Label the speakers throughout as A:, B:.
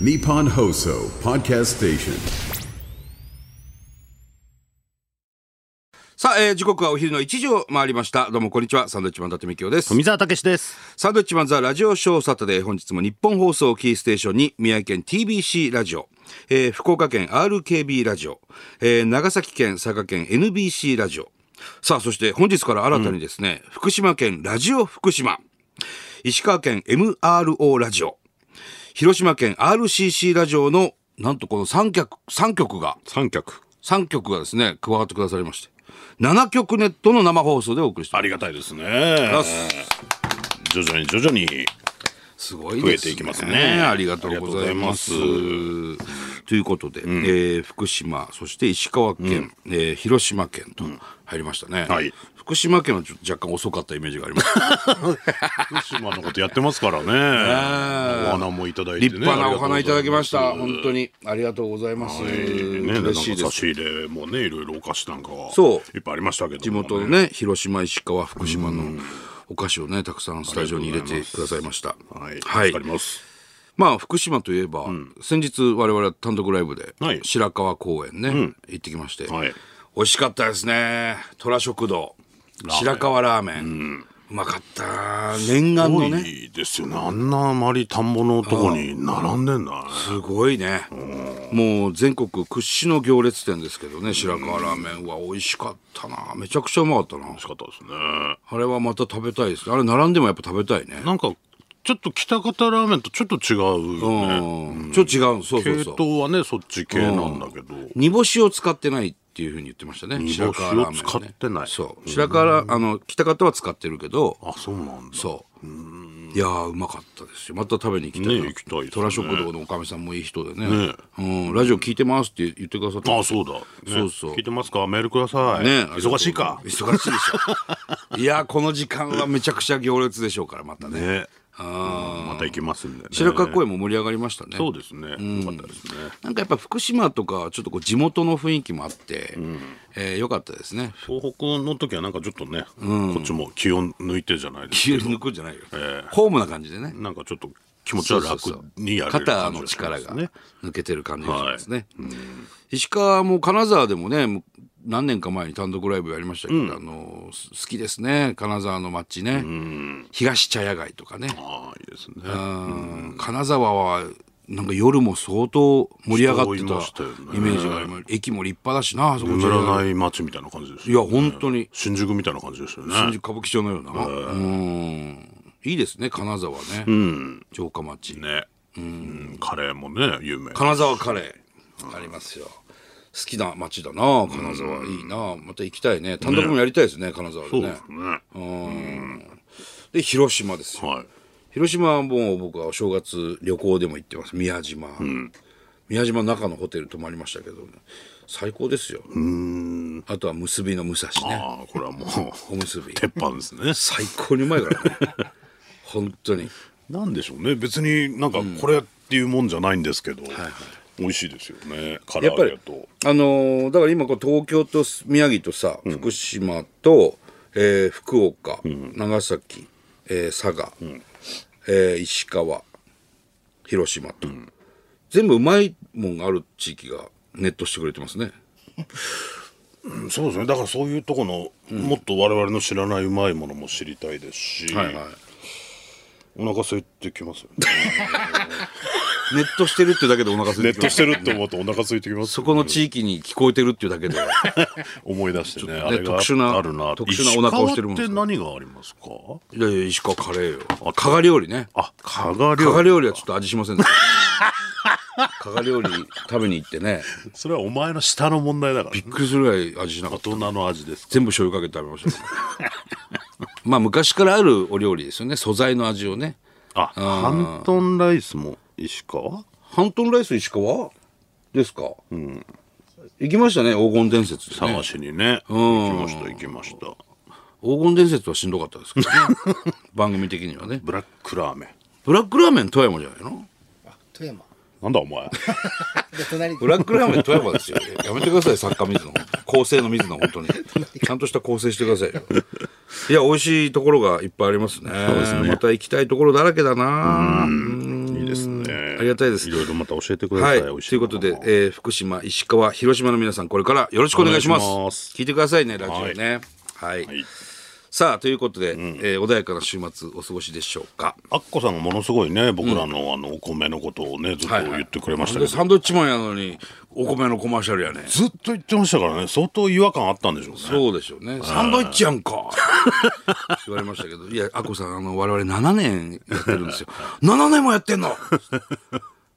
A: Nippon Hoso Podcast Station.
B: さあ、えー時刻はお昼の1時を回りました。どうもこんにちは。サンドウィッチマン伊達美京です。
C: 富澤たけしです。
B: サンドウィッチマンザラジオショーサタデー。本日も日本放送をキーステーションに、宮城県 TBC ラジオ、えー福岡県 RKB ラジオ、えー長崎県佐賀県 NBC ラジオ。さあ、そして本日から新たにですね、福島県ラジオ福島、石川県 MRO ラジオ、広島県 RCC ラジオの、なんとこの3曲、3曲が、
C: 三脚。
B: 3曲がですね加わってくださりまして7曲ネットの生放送でお送りして
C: ありがたいですね。徐々に徐々に。
B: すごいです、ね、
C: 増えていきますね
B: ありがとうございます
C: あ
B: ということで、えー福島そして石川県、えー広島県と入りましたね、
C: はい
B: 福島県はちょっと若干遅かったイメージがあります
C: 福島のことやってますからね。お花もいただいてね。
B: 立派なお花いただきました
C: ありがとう
B: 本当にありがとうございます、
C: ございますね、
B: 嬉しい
C: なん
B: で
C: か差
B: す
C: し入れもね、いろいろお菓子なんかが。
B: そう
C: いっぱいありましたけども。
B: 地元のね広島石川福島のお菓子をねたくさんスタジオに入れてくださいました
C: はい。
B: はい
C: 助かります。
B: まあ福島といえば、先日我々は単独ライブで
C: はい
B: 白川公園ね、行ってきまして、
C: はい
B: 美味しかったですね虎食堂白川ラーメン、うまかった念願のね
C: いいですよね。あんなあまり田んぼのとこに並んでんだね。
B: すごいねもう全国屈指の行列店ですけどね白川ラーメンは美味しかったなめちゃくちゃうまかったな
C: 美味しかったですね。
B: あれはまた食べたいですねあれ並んでもやっぱ食べたいね
C: なんか、ちょっと北方ラーメンとちょっと違うよね。
B: うんちょっと違うそうそう
C: 系
B: そう
C: 統はねそっち系なんだけど、
B: 煮干しを使ってないっていうふうに言ってましたね
C: 煮
B: 白
C: 干しを
B: 川ラーメンは
C: 使ってない
B: そう白川ラあの北方は使ってるけど
C: あそうなんだ
B: そういやーうまかったですよまた食べに行きたいな
C: ね行きたいですね
B: 虎食堂のおかみさんもいい人でね
C: ね
B: うん、ラジオ聞いてますって言ってくださって
C: あそうだ、ね
B: そうそう
C: 聞いてますかメールください、
B: ね
C: 忙しいか
B: 忙しいでしょ いやーこの時間はめちゃくちゃ行列でしょうからまたね
C: ねうんまた行きますんでね
B: 白川公園も盛り上がりましたね
C: そうですね、よかったですね
B: なんかやっぱ福島とかちょっとこう地元の雰囲気もあって、えーよかったですね
C: 東北の時はなんかちょっとね、こっちも気を抜いてじゃないです
B: 気
C: か
B: を抜くんじゃないよ、ホームな感じでね
C: なんかちょっと気持ちは楽にやれる
B: 肩
C: 感じ
B: の
C: がしま
B: 力
C: す
B: が
C: ね
B: 抜けてる感じがしますね、石川も金沢でもねもう何年か前に単独ライブやりましたけど、あのす好きですね金沢の街ね、東茶屋街とかね、
C: ああいいですね
B: うん金沢はなんか夜も相当盛り上がって
C: 人多いました
B: た
C: よね
B: イメージがあります、駅も立派だしなあそこ
C: 眠らない街みたいな感じです
B: いや本当に
C: 新宿みたいな感じですよね
B: 新宿歌舞伎町のような、うんいいですね金沢ね、城下町
C: ね、うん、カレーもね有名
B: 金沢カレーありますよ好きな街だな金沢いいなまた行きたいね単独もやりたいですね金沢で
C: そう
B: ね
C: ですね
B: で広島ですよ
C: はい
B: 広島はもう僕はお正月旅行でも行ってます宮島、宮島の中のホテル泊まりましたけど、最高ですよあとは結びの武蔵ね
C: ああ、これはもう、
B: おむすび
C: 鉄板ですね。
B: 最高にうまいからね 本当に
C: なんでしょうね。別になんかこれっていうもんじゃないんですけど、美味しいですよね。唐
B: や
C: 揚
B: っぱ
C: げ
B: り
C: と。、
B: あのーだから今こう東京と宮城とさ、福島と、えー福岡、長崎、えー佐賀、えー石川、広島と、全部うまいもんがある地域がネットしてくれてますね。
C: うんそうですね。だからそういうとこの、もっと我々の知らないうまいものも知りたいですし、お腹空いてきますよね。
B: ネットしてるってだけでお腹
C: ネ
B: 空いてき
C: ッ
B: ま
C: ト
B: す
C: してるって思うとお腹空いてきます
B: そ
C: よ
B: こ
C: ね。
B: の地域に聞こえてるっていうだけ で
C: 思い出してね。
B: ね
C: あれが
B: 特殊な
C: あるな。
B: 特殊なお腹をしてるもん
C: 石川って何がありますか
B: いやいや石川カレーよ加賀料理ね
C: あ、加賀
B: 加賀
C: 料理。
B: 料理はちょっと味しませ んでした加賀料理食べに行って ね
C: それはお前の下の問題だから
B: びっ。くりするぐらい味しなか
C: 大
B: った
C: 人の味です。
B: 全部醤油かけて食べました、 まあ昔からあるお料理ですよね素材の味をね
C: あ、ハントンライスも石川
B: ハントンライス石川ですか、行きましたね黄金伝説でね、
C: 探しにね、行きました行きました
B: 黄金伝説はしんどかったですけ どね番組的にはね
C: ブラックラーメン
B: ブラックラーメン富山じゃないの
D: あ富山
C: なんだ お前
D: で隣
B: ブラックラーメン富山ですよ。やめてください、作家水野。構成の水野、本当 に。ちゃんとした構成してくださいよ。いや、美味しいところがいっぱいありますね。また行きたいところだらけだな。
C: いいですね
B: ありがたいです
C: いろいろまた教えてくださ。
B: はいい。
C: 美
B: と
C: 味し
B: いうことで、え
C: え
B: ー福島、石川、広島の皆さん、これからよろしくお願いします。
C: お願いします
B: 聞いてくださいね、ラジオね。はい。
C: い
B: さあ、ということで、えー穏やかな週末お過ごしでしょうか。
C: アッコさんがものすごいね、僕らの、あのお米のことをね、ずっと
B: はいはい
C: 言ってくれました
B: で
C: けど、
B: サンドイッチマンやのに、お米のコマーシャルやね。
C: ずっと言ってましたからね、相当違和感あったんでしょうね。
B: そうでしょうね。サンドイッチやんか言われましたけど、いや、アッコさん、あの、我々7年やってるんです よ。7年もやってんの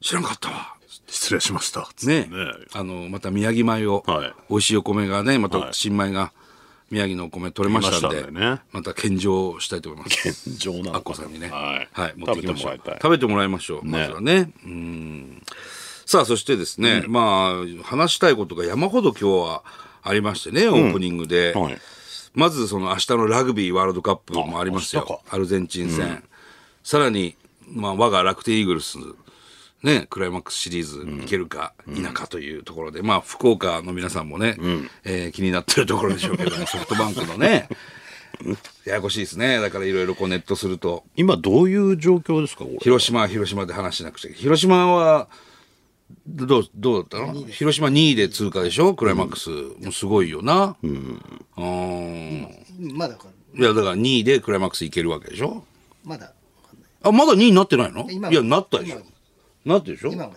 B: 知らんかったわ。
C: 失礼しました。つっ
B: ね
C: て
B: あの、また宮城米を、
C: はい
B: 美味しいお米がね、ま
C: はい
B: た新米が、宮城のお米取れましたん
C: 取
B: で、
C: れましたんでね
B: また献上 したいと思います。
C: 現状なのかな
B: アッコさんにね。
C: はい。
B: 持っ
C: 食
B: てき
C: べて
B: まし
C: も
B: ょ
C: ら
B: う
C: いたい。
B: 食べてもらいましょう。まずはね。うんさあ、そしてですね、まあ、話したいことが山ほど今日はありましてね、オープニングで。
C: はい
B: まず、その明日のラグビーワールドカップもあります
C: あ明
B: よ
C: 日。
B: アルゼンチン戦。さらに、まあ、我が楽天イーグルス。ね、クライマックスシリーズいけるか否かというところで、まあ福岡の皆さんもね、えー気になってるところでしょうけ どもソフトバンクのねややこしいですねだからいろいろこうネットすると
C: 今どういう状況ですか、これ。
B: 広島は広島で話しなくちゃいけない広島はどうどうだったの広島2位で通過でしょクライマックス、もうすごいよなうん
D: まだわかんない。
B: いやだから2位でクライマックスいけるわけでしょ
D: まだわかんない。
B: あまだ2位になってないの
D: 今はい
B: やなったでしょ
D: 今は
B: なってでしょ
D: 今は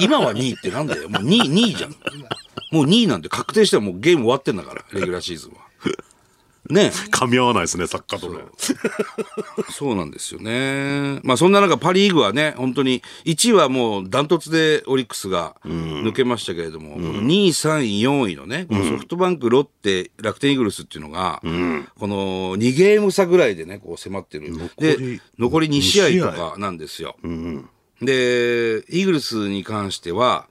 B: 今は2位ってなんだよもう2位2位じゃんもう2位なんて確定してもうゲーム終わってんだからレギュラーシーズンはねえ
C: 噛み合わないですね、作家とね。
B: そうなんですよね。まあそんな中パ・リーグはね、本当に1位はもうダントツでオリックスが抜けましたけれども、この2位、3位、4位のね、このソフトバンク、ロッテ、楽天イーグルスっていうのが、この2ゲーム差ぐらいでね、こう迫ってる。
C: り
B: で、残り2試合とかなんですよ。で、イーグルスに関しては、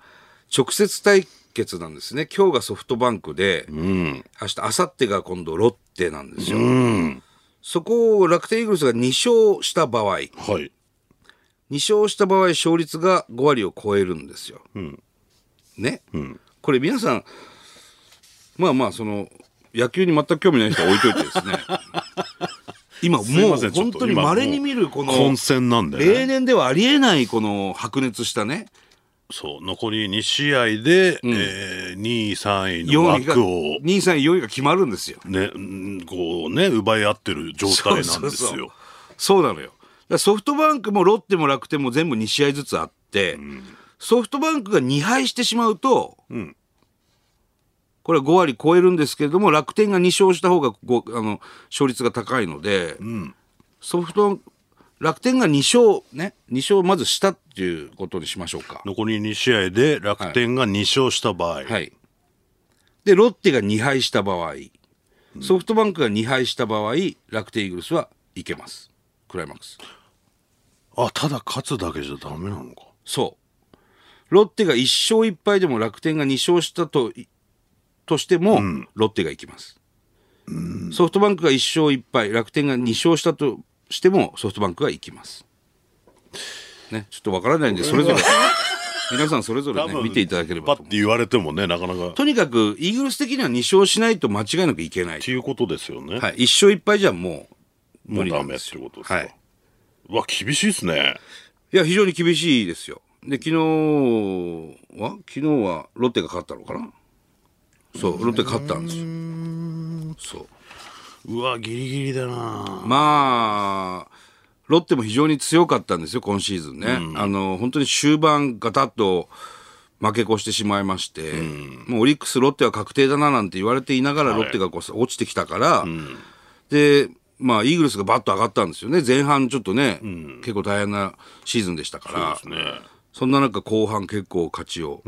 B: 直接対決なんですね。今日がソフトバンクで、明日、明後日が今度ロッテなんですよ。そこを楽天イーグルスが2勝した場合、2
C: はい。
B: 勝した場合、勝率が5割を超えるんですよ。ね、これ皆さん、まあまあ、その、野球に全く興味ない人は置いといてですね。 今
C: すい
B: も
C: ま
B: う
C: せんちょっ
B: 本
C: と
B: 当に
C: 今もう
B: 稀に見るこの
C: 混戦なんでね
B: 例年ではありえないこの白熱したね
C: そう、残り2試合で、えー、2位、3位の
B: 4位が
C: 枠を、
B: 2位3位4位が決まるんですよ。
C: ね、うんこうね、奪い合ってる状態なんです
B: そうそうそう
C: よ。
B: そうなのよだからソフトバンクもロッテも楽天も全部2試合ずつあって、ソフトバンクが2敗してしまうと、これは5割超えるんですけれども楽天が2勝した方がごあの勝率が高いので、ソフト楽天が2勝ね2勝まずしたっていうことにしましょうか。
C: 残り2試合で楽天が2勝した場合、
B: はい。で、ロッテが2敗した場合、ソフトバンクが2敗した場合、楽天イーグルスはいけます。クライマックス。
C: あただ勝つだけじゃダメなのか
B: そう。ロッテが1勝1敗でも楽天が2勝したとい、としても、ロッテがいきます。ソフトバンクが1勝1敗、楽天が2勝したとしても、ソフトバンクがいきます。ね、ちょっとわからないんで、それぞれ、皆さんそれぞれね、見ていただければと思います
C: パッて言われてもねなかなかっ
B: とにかく、イーグルス的には2勝しないと間違いなくいけない。
C: ていうことですよね、
B: はい。1勝1敗じゃもう、
C: も
B: 無
C: う
B: 理
C: ダ
B: なん
C: メ
B: で
C: っ
B: す
C: て
B: よ。
C: ことですか、
B: はい。
C: うわ厳しいですね
B: いや、非常に厳しいですよ。で、昨日は昨日はロッテが勝ったのかなそう、ロッテが勝ったんですよ。そう。
C: うわギリギリだな
B: まあ、ロッテも非常に強かったんですよ、今シーズンね。あの、本当に終盤、ガタッと負け越してしまいまして、もうオリックス、ロッテは確定だななんて言われていながら、ロッテがこう落ちてきたから、で、まあ、イーグルスがバッと上がったんですよね。前半ちょっとね、結構大変なシーズンでしたから、そ
C: ね
B: んな中、後半結構勝ちを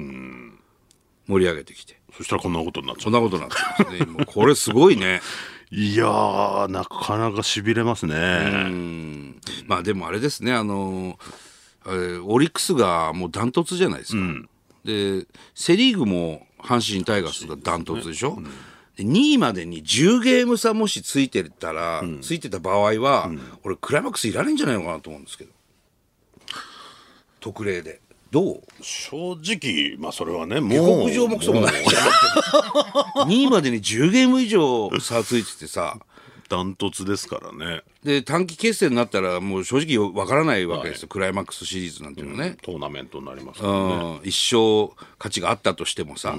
B: 盛り上げてきて。
C: そしたらこんなことになっちゃ
B: そんなことになってますね。もうこれすごいね。
C: ういやーなかなかしびれますね、
B: まあでもあれですね、あのえーオリックスがもうダントツじゃないですか、でセ・リーグも阪神タイガースがダントツでしょ、で2位までに10ゲーム差もしついてたら、ついてた場合は、俺クライマックスいらないんじゃないのかなと思うんですけど特例でどう
C: 正直まあそれはね
B: 下
C: もう
B: 克上 もクソもないじゃん2位までに10ゲーム以上差ついててさ
C: ダントツですからね
B: で短期決戦になったらもう正直わからないわけですよ、クライマックスシリーズなんていうのはね、
C: トーナメントになりますか
B: う
C: ら
B: ん一生価値があったとしてもさ、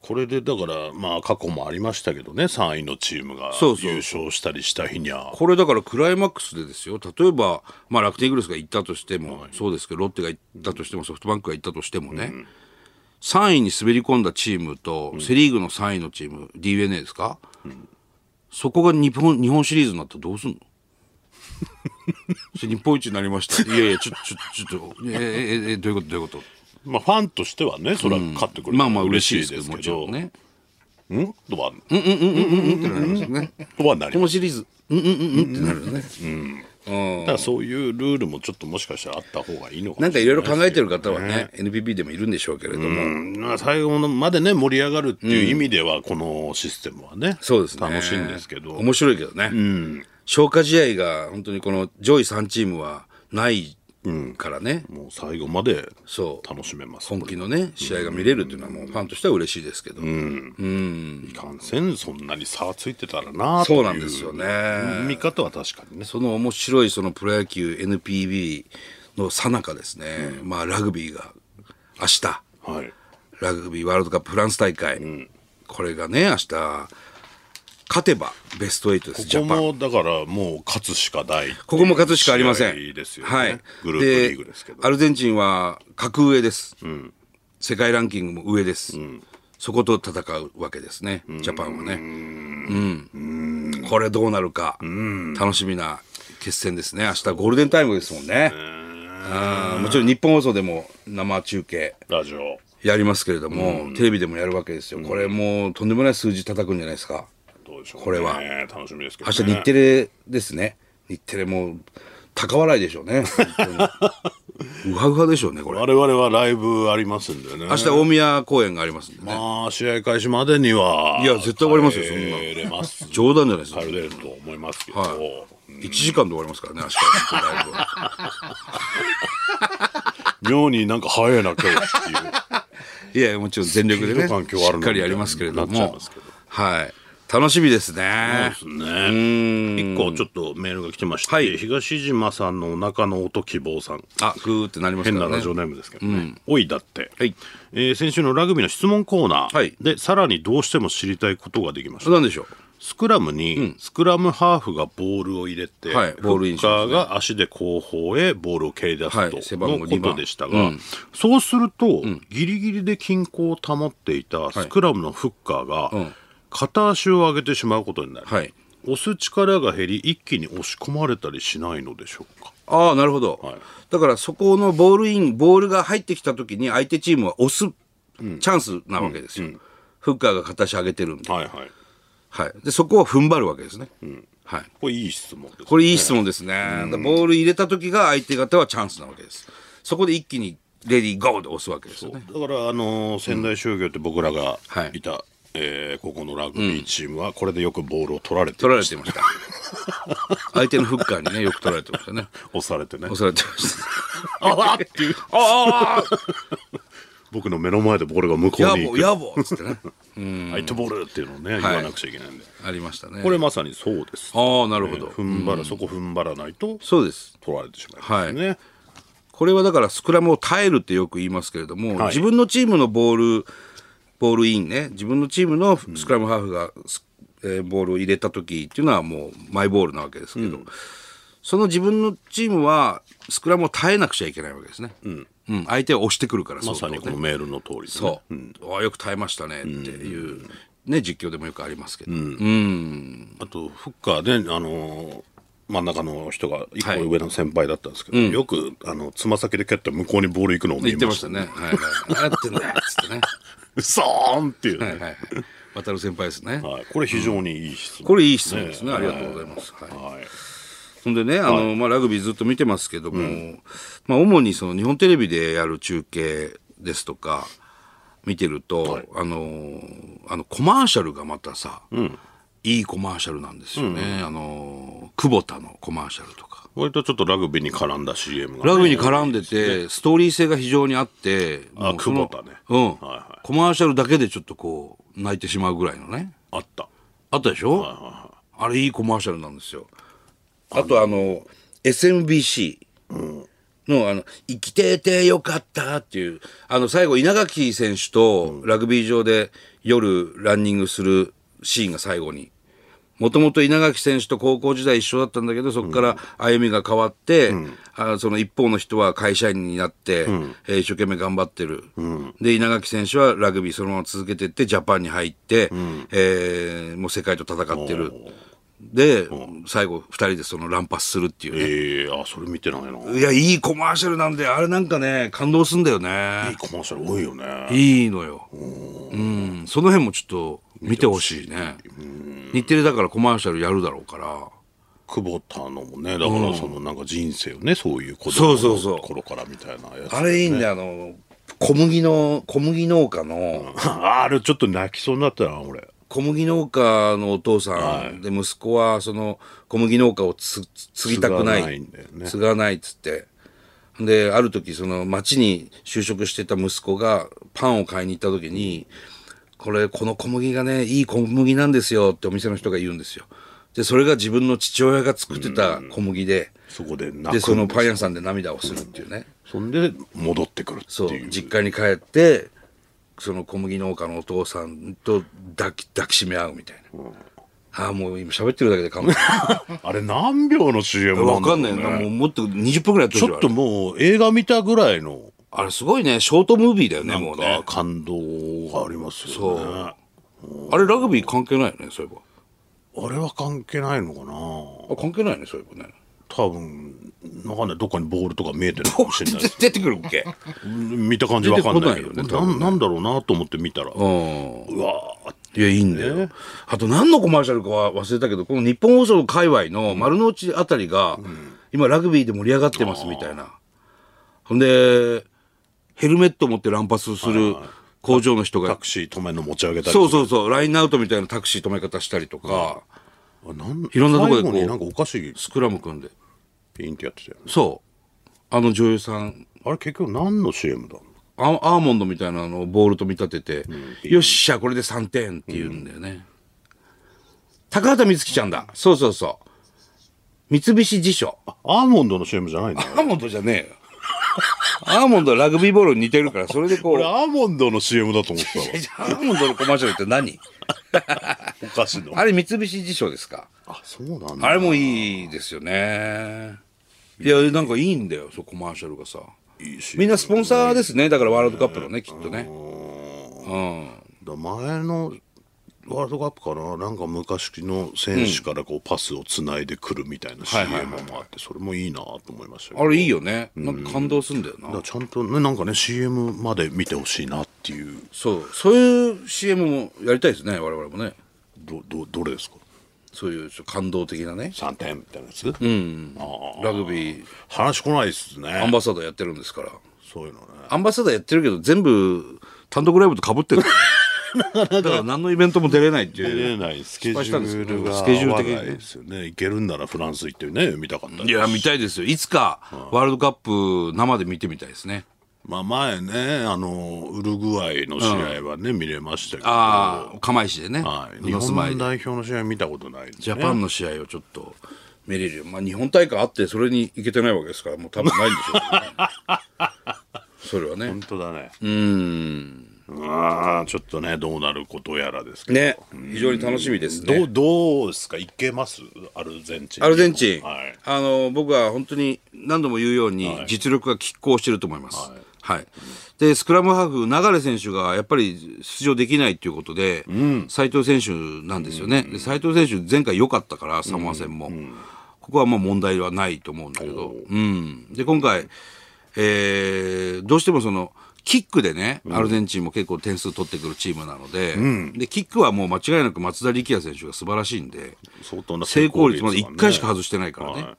C: これでだからまあ過去もありましたけどね3位のチームが
B: そうそう
C: 優勝したりした日にゃ
B: これだからクライマックスでですよ例えば、まあ、楽天イーグルスが行ったとしても、そうですけどロッテが行ったとしてもソフトバンクが行ったとしてもね、3位に滑り込んだチームと、セ・リーグの3位のチーム d n a ですか、そこが日本日本シリーズになったらどうす んのそれ日本一になりましたいやいやちょちょちょっとええええどういうことどういうこと
C: まあファンとしてはねそれは勝ってくれ
B: まあ
C: た
B: ま
C: ら
B: あ
C: 嬉
B: 嬉
C: し
B: しい
C: い
B: で
C: ですす
B: けども
C: け
B: ちろ
C: ど
B: んね
C: うんとは
B: ね
C: とはなり
B: この
C: ます
B: シリーズ
C: だからそういうルールもちょっともしかしたらあった方がいいのか
B: な
C: も
B: ん
C: し
B: か
C: れ
B: い
C: な
B: ろ
C: い
B: いろ考えてる方はね NPB でもいるんでしょうけれども、
C: うんまあ最後までね盛り上がるっていう意味ではこのシステムはね
B: そうですね。
C: 楽しいんですけど
B: 面白いけどね。消化試合が本当にこの上位3チームはないからね。
C: もう最後まで
B: そう。
C: 楽しめます
B: 本気のね、試合が見れるっていうのはもうファンとしては嬉しいですけど。
C: いかんせんそんなに差はついてたらな
B: そうなんですよね
C: という見方は確かにね
B: その面白いそのプロ野球 NPB の最中ですね。まあラグビーが明日、
C: はい
B: ラグビーワールドカップフランス大会。これがね、明日、勝てばベスト8です、ジ
C: ここ
B: ャパン。
C: もだからもう勝つしかない
B: ここも勝つしかありません。
C: 試合ですよね
B: はい。
C: グループリーグですけど
B: アルゼンチンは格上です。世界ランキングも上です。そこと戦うわけですね。ジャパンはね。うん。これどうなるか。楽しみな決戦ですね。明日ゴールデンタイムですもんね。あーもちろん日本放送でも生中継
C: ラジオ
B: やりますけれども、テレビでもやるわけですよ。これもうとんでもない数字叩くんじゃないですか。
C: どうでしょうね
B: これは
C: 楽しみですけど
B: 明
C: ね
B: 日日テレですね。日テレもう高笑いでしょうね。本当にうはうはでしょうね、これ。
C: 我々はライブありますんでね
B: 明日大宮公演がありますんでね。
C: まあ試合開始までにはい
B: や絶対終わりますよそんなの
C: 帰れます
B: 冗談じゃないです
C: 帰
B: か。
C: れると思いますけど、
B: は1時間で終わりますからね、明日のライブは。
C: 妙になんか早いな今日っていう
B: いや、もちろん全力でね、
C: スピード感今日ある
B: しっ
C: な
B: かりやりますけれど
C: なっちゃい
B: も
C: ますけど。
B: はい。楽しみですね。
C: そうですね。一個ちょっとメールが来てまして、
B: はい
C: 東島さんのお腹の音希望さん。
B: あ、グーってなります
C: 変
B: か
C: な
B: ら
C: ラ
B: ね
C: ジ。オネームですけどね。おいだって。
B: はい
C: えー先週のラグビーの質問コーナ
B: はい
C: ーで、さらにどうしても知りたいことができました。
B: なんでしょ
C: スクラムに、スクラムハーフがボールを入れて、
B: はいボールインしますね
C: フッカーが足で後方へボールを蹴り出
B: は
C: すと
B: い背番号
C: のこ
B: 2番
C: とでしたが、そうすると、ギリギリで均衡を保っていたスクラムのフッカーが、
B: ん
C: 片足を上げてしまうことになる、
B: はい
C: 押す力が減り一気に押し込まれたりしないのでしょうか
B: う。ああ、なるほど、
C: はい
B: だからそこのボールイン、ボールが入ってきた時に相手チームは押すチャンスなわけですよ。フッカーが片足上げてるんで。
C: はいはい
B: はい、でそこは踏ん張るわけですね、はい、
C: これいい質問ですね、
B: これいい質問ですね、だからボール入れた時が相手方はチャンスなわけですそこで一気にレディーゴーで押すわけですよね
C: だから、あのー仙台商業って僕らが
B: はい
C: いた、えーここのラグビーチームはこれでよくボールを取られて
B: 取られてました相手のフッカーにねよく取られてましたね
C: 押されてね
B: 押されてました
C: あわっていう
B: ああ
C: 僕の目の前でボールが向 こ
B: や
C: うに行
B: ぼ
C: く
B: やぼっつってね
C: 相手ボールっていうのをね、言わなくちゃいけないんで
B: ありましたね
C: これまさにそうです、
B: ああなるほど、
C: 踏ん張らそこ踏ん張らないと
B: そうです
C: 取られてしまいますね、
B: これはだからスクラムを耐えるってよく言いますけれども、
C: はい
B: 自分のチームのボールボールインね自分のチームのスクラムハーフがス、えーボールを入れた時っていうのはもうマイボールなわけですけど、その自分のチームはスクラムを耐えなくちゃいけないわけですね、うん相手を押してくるから
C: まさ
B: 相
C: に
B: 当
C: この
B: ね
C: メールの通りですね
B: そう、ああよく耐えましたねっていう、ね、実況でもよくありますけど、
C: あとフッカーで、あのー真ん中の人が一個
B: はい
C: 上の先輩だったんですけど、よくあのつま先で蹴って向こうにボール行くのを見
B: 言って
C: ま
B: ま
C: し
B: したた
C: ね
B: ねはいはいやってんだよっつってね
C: そーんっていうね、
B: はい はい渡る先輩ですね、
C: はい、これ非常にいい質問、
B: これいい質問ですね
C: ええ
B: ありがとうございますはい
C: はい、
B: そんでね、あの、まあ、ラグビーずっと見てますけども、まあ、主にその日本テレビでやる中継ですとか、見てると、あのー、あの、コマーシャルがまたさ、いいコマーシャルなんですよね。あのー、久保田のコマーシャルとか。
C: 割とちょっとラグビーに絡んだ CM がね、
B: ラグビーに絡んでて、ストーリー性が非常にあって、
C: あ
B: もうその
C: 久保田ね
B: うん、
C: はいは
B: コマーシャルだけでちょっとこう、泣いてしまうぐらいのね。
C: あった
B: あったでしょ、あれいいコマーシャルなんですよあとあの SMBC のあの「生きててよかった」っていうあの最後稲垣選手とラグビー場で夜ランニングするシーンが最後にもともと稲垣選手と高校時代一緒だったんだけどそこから歩みが変わって、あその一方の人は会社員になって、えー一生懸命頑張ってる、で稲垣選手はラグビーそのまま続けてってジャパンに入って、えーもう世界と戦ってるで最後2人でその乱発するっていうね、
C: ええあそれ見てないない
B: いやいいコマーシャルなんであれなんかね感動すんだよ
C: い
B: ね
C: コマーシャル多いよね
B: いいのようんその辺もちょっと見てほしいね日テレだからコマーシャルやるだろうから
C: 久保田のもねだからそのなんか人生をねそういう子
B: そ
C: 供
B: うそうそう
C: の頃からみたいなやつ
B: あれいいんだよあの小麦の小麦農家の
C: あれちょっと泣きそうになったな俺
B: 小麦農家のお父さん、で息子はその小麦農家をつつ継ぎたくない
C: 継がないんだよね
B: 継がないっつってである時その町に就職してた息子がパンを買いに行った時に「これこの小麦がねいい小麦なんですよ」ってお店の人が言うんですよ。でそれが自分の父親が作ってた小麦で、
C: そこで泣く
B: でそのパン屋さんで涙をするっていうね。
C: そんで戻ってくるって
B: そう
C: いう
B: 実家に帰ってその小麦農家のお父さんと抱き抱きしめ合うみたいな、ああもう今喋ってるだけで感動
C: あれ何秒の CM な
B: わ
C: んだ
B: か
C: ろうん
B: ない
C: ね
B: よなもうもっと20分ぐらいやってるで
C: ち
B: し
C: ょっともう映画見たぐらいの
B: あれあれすごいねショートムービーだよね
C: な
B: もう
C: ん
B: ね
C: か感動がありますよね
B: あれラグビー関係ないよねそういえ
C: あれは関係ないのかな
B: ばあ関係ないよねそういえばね
C: 多分わかんないどっかにボールとか見えてるかもしれないです
B: 出てくるっけ
C: うん見た感じわかんないけど
B: 出
C: ね
B: てこな
C: な
B: いよね
C: んなんだろうなと思って見たら、う
B: うん
C: わー
B: いやいいんだよ、あと何のコマーシャルかは忘れたけどこの日本放送界隈の丸の内あたりが、今ラグビーで盛り上がってますみたいなほんでヘルメット持って乱発する工場の人
C: タ
B: が
C: クシー止めんの持ち上げたり
B: そうそうそうラインアウトみたいなタクシー止め方したりとか、
C: あなん
B: いろんなとこでこう
C: 最後になんかお菓子
B: スクラム組んで
C: ピンってやってたよね
B: そうあの女優さん
C: あれ結局何の CM だ
B: アアーモンドみたいなのをボールと見立てて、よっしゃこれで3点って言うんだよね、高畑充希ちゃんだそうそうそう三菱地所ア
C: アーモンドの CM じゃないんだよ
B: ーモンドじゃねえよアーモンドはラグビーボールに似てるからそれでこう
C: 俺アーモンドの CM だと思ってたわ
B: アーモンドのコマーシャルって何
C: お菓子の
B: あれ三菱地所ですか
C: あそうなんだ
B: あれもいいですよねいやなんかいいんだよそうコマーシャルがさ
C: いいし
B: みんなスポンサーですねだからワールドカップのねきっとね
C: だ前のワールドカップかななんか昔の選手からこうパスをつないでくるみたいな CM もあってそれもいいなと思いましたけど
B: あれいいよねなんか感動すんだよな、
C: だからちゃんとねなんかね CM まで見てほしいなっていう
B: そうそういう CM もやりたいですね我々もね
C: どどどれですか
B: そういうちょっと感動的なね
C: 3点みたいなやつうん
B: ラグビー
C: 話来ないです
B: アン
C: ね
B: バサダーやってるんですから
C: そういうのね
B: アンバサダーやってるけど全部単独ライブとかぶ ってるだから何のイベントも出れないって
C: 出
B: いう
C: れないスケ
B: 失
C: ジ
B: 敗したんです
C: ュ
B: け
C: ール
B: ど
C: が
B: スケジュール的
C: 合
B: に
C: わないですよね行けるんならフランス行ってね見たかった
B: いや見たいですよいつかワールドカップ生で見てみたいですね
C: まあ前ねあのウルグアイの試合はね、見れましたけど
B: ああ釜石でね、
C: はい、
B: 布
C: 日
B: 住まい
C: 本
B: で
C: 代表の試合見たことないんで、ね、
B: ジャパンの試合をちょっと見れるよ、まあ、日本大会あってそれに行けてないわけですからもう多分ないんでしょうけどね、 それはね
C: 本当だねうんあーちょっとねどうなることやらですけど、
B: ね、非常に楽しみです
C: ど
B: ね
C: う。どうですか行けますアルゼンチン
B: アルゼンチン、
C: はい、
B: あの僕は本当に何度も言うように、実力が拮抗してると思います。はいでスクラムハーフ、流選手がやっぱり出場できないということで、斉藤選手なんですよね、で斉藤選手、前回良かったから、サモア戦も、ここはまあ問題はないと思うんだけど、うん、で今回、えーどうしてもそのキックでね、アルゼンチンも結構点数取ってくるチームなので,、で、キックはもう間違いなく松田力也選手が素晴らしいんで、
C: 相当な
B: 成功率ま
C: も
B: で
C: ね
B: 1回しか外してないからね、
C: はい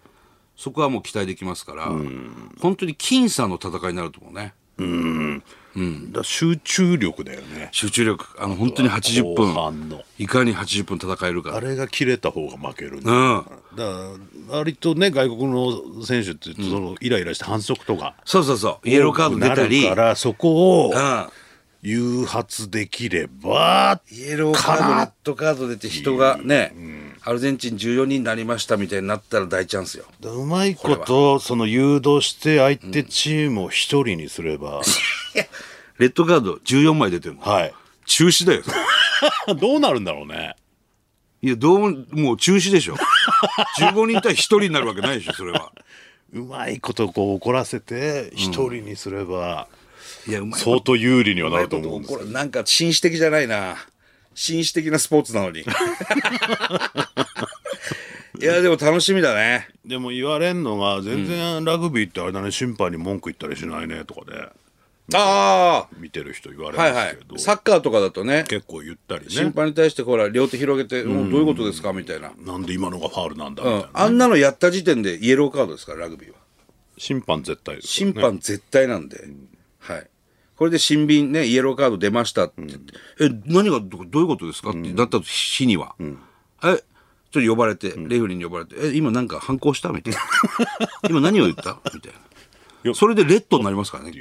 B: そこはもう期待できますから、本当に僅差の戦いになると思うね、
C: だから集中力だよね
B: 集中力、あの本当に80
C: 後半
B: 分
C: の、
B: いかに80分戦えるか
C: あ、れが切れた方が負けるね、
B: うん、
C: だから割とね外国の選手ってそのイライラして反則とか、
B: そうそうそう、イエローカード出たり、
C: 多くなるからそこ
B: う
C: を
B: ん
C: 誘発できれば
B: イエローカード、レッドカード出て人がね、アルゼンチン14人になりましたみたいになったら大チャンスよ。
C: うまいことその誘導して相手チームを一人にすれば、
B: レッドカード14枚出てるの。
C: はい
B: 中止だよ。
C: どうなるんだろうね
B: いや、どうも、もう中止で しょ。15人対1人になるわけないでしょ、それは。
C: うまいことこう怒らせて一人にすれば、
B: いや、うまいこと。
C: 相当有利にはなると
B: こ
C: 思うんです
B: れ、なんか紳士的じゃないな。紳士的なスポーツなの に。いや、でも楽しみだね。
C: でも言われんのが全然ラグビーってあれだね審判に文句言ったりしないねとかで
B: あ
C: 見てる人言われ
B: あ、はい
C: ま
B: は
C: す
B: い
C: けど、。
B: サッカーとかだとね、
C: 結構言ったりね
B: 審判に対してほら、両手広げて、もうどういうことですかみたいな。
C: なんで今のがファールなんだみ
B: う
C: たい
B: ん
C: な、
B: あんなのやった時点でイエローカードですから、ラグビーは。
C: 審判絶対ですよ
B: 審判絶対なんで、はい。これで新品ね、イエローカード出ましたって言って、え、何が、どどういうことですかってなった日には、え、ちょっと呼ばれて、レフェリーに呼ばれて、え、今なんか反抗したみたいな。 今何を言ったみたいな。
C: よ
B: それでレッドになりますからね。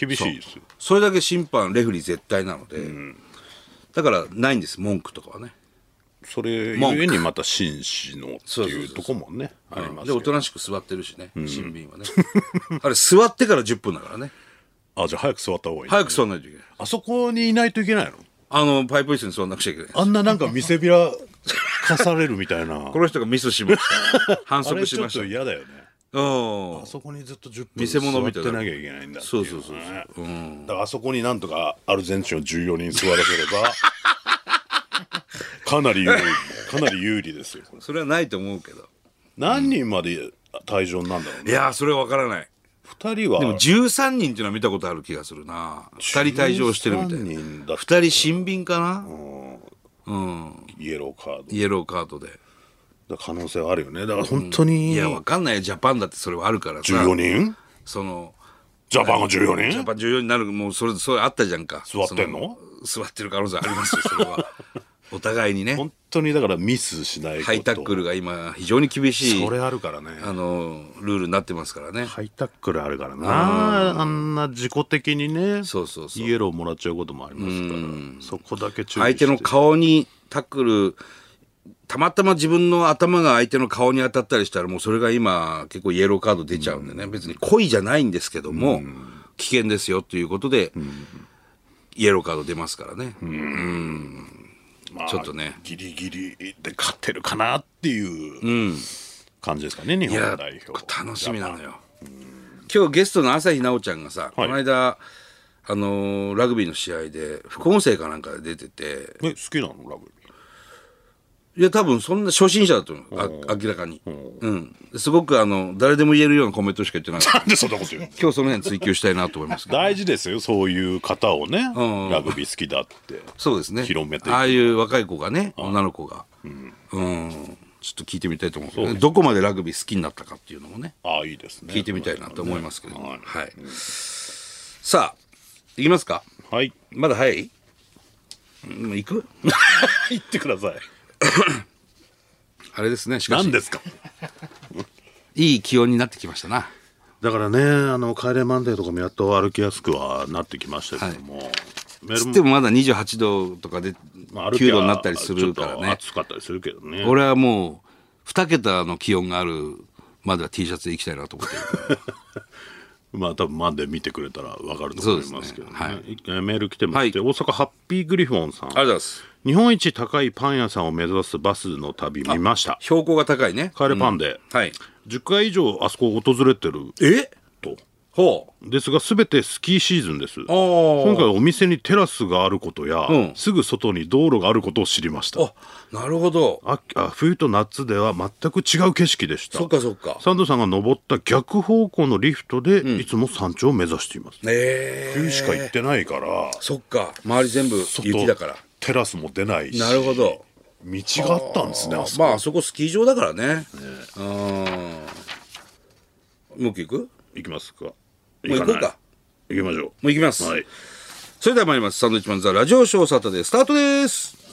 C: 厳しいですよ
B: それだけ審判、レフェリー絶対なので、だからないんです、文句とかはね。
C: それ
B: 文句
C: ゆえにまた紳士のって
B: そうそう
C: い
B: そう
C: とこもねありま
B: ですお
C: け
B: と
C: ど
B: なしく座ってるしね、新品はね。あれ、座ってから10分だからね。
C: あじゃあ早く座った方がいい
B: 早く座らないといけない。
C: あそこにいないといけないの
B: あの、パイプ椅子に座んなくちゃいけない。
C: あんななんか見せびらかされるみたいな
B: この人がミスしま した。反
C: あ
B: 則
C: れ
B: し
C: ちょ
B: ま
C: っ
B: した
C: と。嫌だよね
B: うん
C: あ。そこにずっと10分
B: 見せ物みたい
C: 座
B: な
C: ってなきゃいけないんだってい
B: そう
C: ね
B: そうそうそう。うん。
C: だからあそこになんとかアルゼンチンを14人座らせれ ばかなり有利かなり有利ですよこれ
B: それはないと思うけど。
C: 何人まで退場になんだろう
B: い
C: ね
B: やー、それは分からない。
C: 2人は
B: でも13人っていうのは見たことある気がするな。2人退場してるみたい
C: 13
B: な。
C: 人だ2
B: 2人新品かな
C: イエローカード
B: イエローカードで。
C: だ可能性はあるよねだから本当に
B: いや、分かんないよ。ジャパンだってそれはあるからさ。
C: 14人
B: その、
C: ジャパンが14
B: ジャ
C: 人
B: パン14になる、もうそれ、それあったじゃんか。
C: 座ってんの
B: そ座ってる可能性ありますよ、それ は。お互いにね。
C: 本当にだからミスしないこと
B: ハイタックルが今、非常に厳しい。
C: それあるからね
B: あのルールになってますからね。
C: ハイタックルあるからなあんな自己的にね
B: そうそうそう
C: イエローもらっちゃうこともありますからそこだけ注意
B: 相手の
C: して
B: 顔にタックル、たまたま自分の頭が相手の顔に当たったりしたら、もうそれが今、結構イエローカード出ちゃうんでね、別に故意じゃないんですけども、危険ですよということで、イエローカード出ますからね。
C: まあ
B: ちょっとね
C: ギリギリで勝ってるかなっていう感じですかね日
B: い
C: 本
B: や、
C: 代表
B: 楽しみなのよ。今日ゲストの朝日奈央ちゃんがさ、この間、あのーラグビーの試合で、副音声かなんかで出てて、
C: え好きなのラグビ
B: いや、多分そんな初心者だと思う。あ明らかに。うん。すごくあの、誰でも言えるようなコメントしか言ってない。
C: ーなんでそんなこと言うの
B: 今日その辺追求したいなと思いますけど。
C: 大事ですよそういう方をね
B: ん
C: ラグビー好きだって
B: そうですね。
C: 広めていく
B: ああいう若い子がね、女の子が。うん。ちょっと聞いてみたいと思うけどねどこまでラグビー好きになったかっていうのもね、
C: ああいいですね
B: 聞いてみたいなと思いますけど。
C: はい
B: はい。さあ、いきますか
C: はい
B: まだ早いうん行く
C: 言ってください
B: あれですね、しか
C: 何
B: し。
C: ですか
B: いい気温になってきましたな。
C: だからねあの「帰れマンデー」とかもやっと歩きやすくはなってきましたけども、メール
B: つ
C: も
B: ってもまだ28度とかで、
C: まあ歩き
B: 9
C: は
B: 度になったりするから
C: ちょっと
B: ね。
C: 暑かったりするけどね
B: 俺はもう2桁の気温があるまでは T シャツで行きたいなと思って る
C: まあ多分マンデー見てくれたらわかると思いますけどね
B: そうです
C: えーメール来てまして、
B: は
C: 大阪ハッピーグリフォンさ
B: あり
C: ん
B: がとうございます
C: 日本一高いパン屋さんを目指すバスの旅見ました
B: 標高が高いね
C: 帰れパンデー、
B: はい
C: 10回以上あそこを訪れてる
B: え
C: と
B: ほう
C: ですが全てスキーシーズンです
B: ー
C: 今回お店にテラスがあることや、
B: ん
C: すぐ外に道路があることを知りました
B: あなるほど
C: ああ冬と夏では全く違う景色でした
B: そっかそっか
C: サンドさんが登った逆方向のリフトで、いつも山頂を目指しています、
B: ええ
C: 冬しか行ってないから
B: そっか周り全部雪だから
C: テラスも出ないし
B: なるほど
C: 道があったんですねあそこ、
B: まああそこスキー場だからねうんもう一個行く
C: 行きますかも
B: もう行こうか
C: 行きましょう
B: もう行きます、
C: はい
B: それでは参りますサンドウィッチマンザラジオショーサタデースタートです